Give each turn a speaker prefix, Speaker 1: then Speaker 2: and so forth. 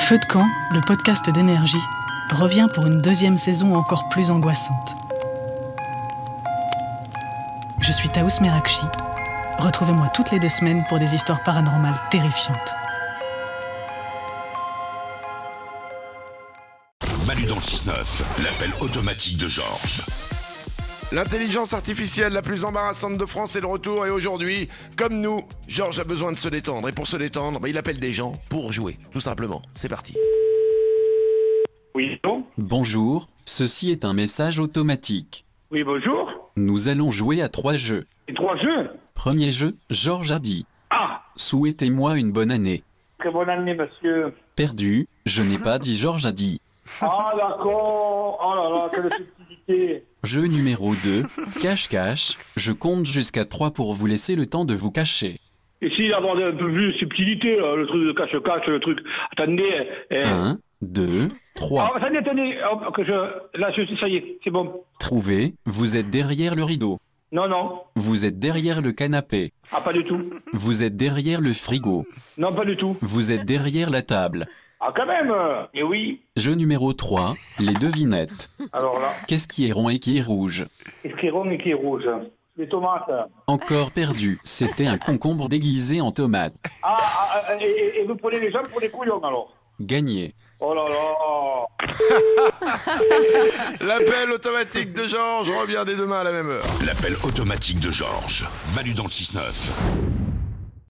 Speaker 1: Feu de camp, le podcast d'énergie, revient pour une deuxième saison encore plus angoissante. Je suis Taous Merakchi. Retrouvez-moi toutes les deux semaines pour des histoires paranormales terrifiantes.
Speaker 2: Manu dans le 6-9, l'appel automatique de Georges.
Speaker 3: L'intelligence artificielle la plus embarrassante de France est le retour et aujourd'hui, comme nous, Georges a besoin de se détendre et pour se détendre, bah, il appelle des gens pour jouer, tout simplement. C'est parti.
Speaker 4: Oui, non
Speaker 5: Bonjour, ceci est un message automatique.
Speaker 4: Oui, bonjour.
Speaker 5: Nous allons jouer à trois jeux.
Speaker 4: Et trois jeux.
Speaker 5: Premier jeu, Georges a dit
Speaker 4: Ah,
Speaker 5: Souhaitez-moi une bonne année.
Speaker 4: très bonne année, monsieur.
Speaker 5: Perdu, je n'ai pas dit Georges a dit.
Speaker 4: Ah, d'accord. Oh là là, quelle subtilité.
Speaker 5: Jeu numéro 2, cache-cache, je compte jusqu'à 3 pour vous laisser le temps de vous cacher.
Speaker 4: Essayez d'avoir un peu plus de subtilité, là, le truc de cache-cache, le truc. Attendez. eh.
Speaker 5: 1, 2,
Speaker 4: Ah,
Speaker 5: 3.
Speaker 4: attendez, attendez. Hop, que je... Là, je... ça y est, c'est bon.
Speaker 5: Trouvez, vous êtes derrière le rideau.
Speaker 4: Non, non.
Speaker 5: Vous êtes derrière le canapé.
Speaker 4: Ah, pas du tout.
Speaker 5: Vous êtes derrière le frigo.
Speaker 4: Non, pas du tout.
Speaker 5: Vous êtes derrière la table.
Speaker 4: Ah, quand même. Et oui.
Speaker 5: Jeu numéro 3, les devinettes.
Speaker 4: Alors là,
Speaker 5: Qu'est-ce qui est rond et qui est rouge
Speaker 4: qu'est-ce qui est rond et qui est rouge hein, Les tomates. Ah,
Speaker 5: Encore perdu, c'était un concombre déguisé en tomate.
Speaker 4: Ah, ah, ah, et, et- et vous prenez les gens pour des couillons, alors
Speaker 5: Gagné.
Speaker 4: Oh là là.
Speaker 3: L'appel automatique de Georges revient dès demain à la même heure.
Speaker 2: L'appel automatique de Georges. Manu dans le 6-9.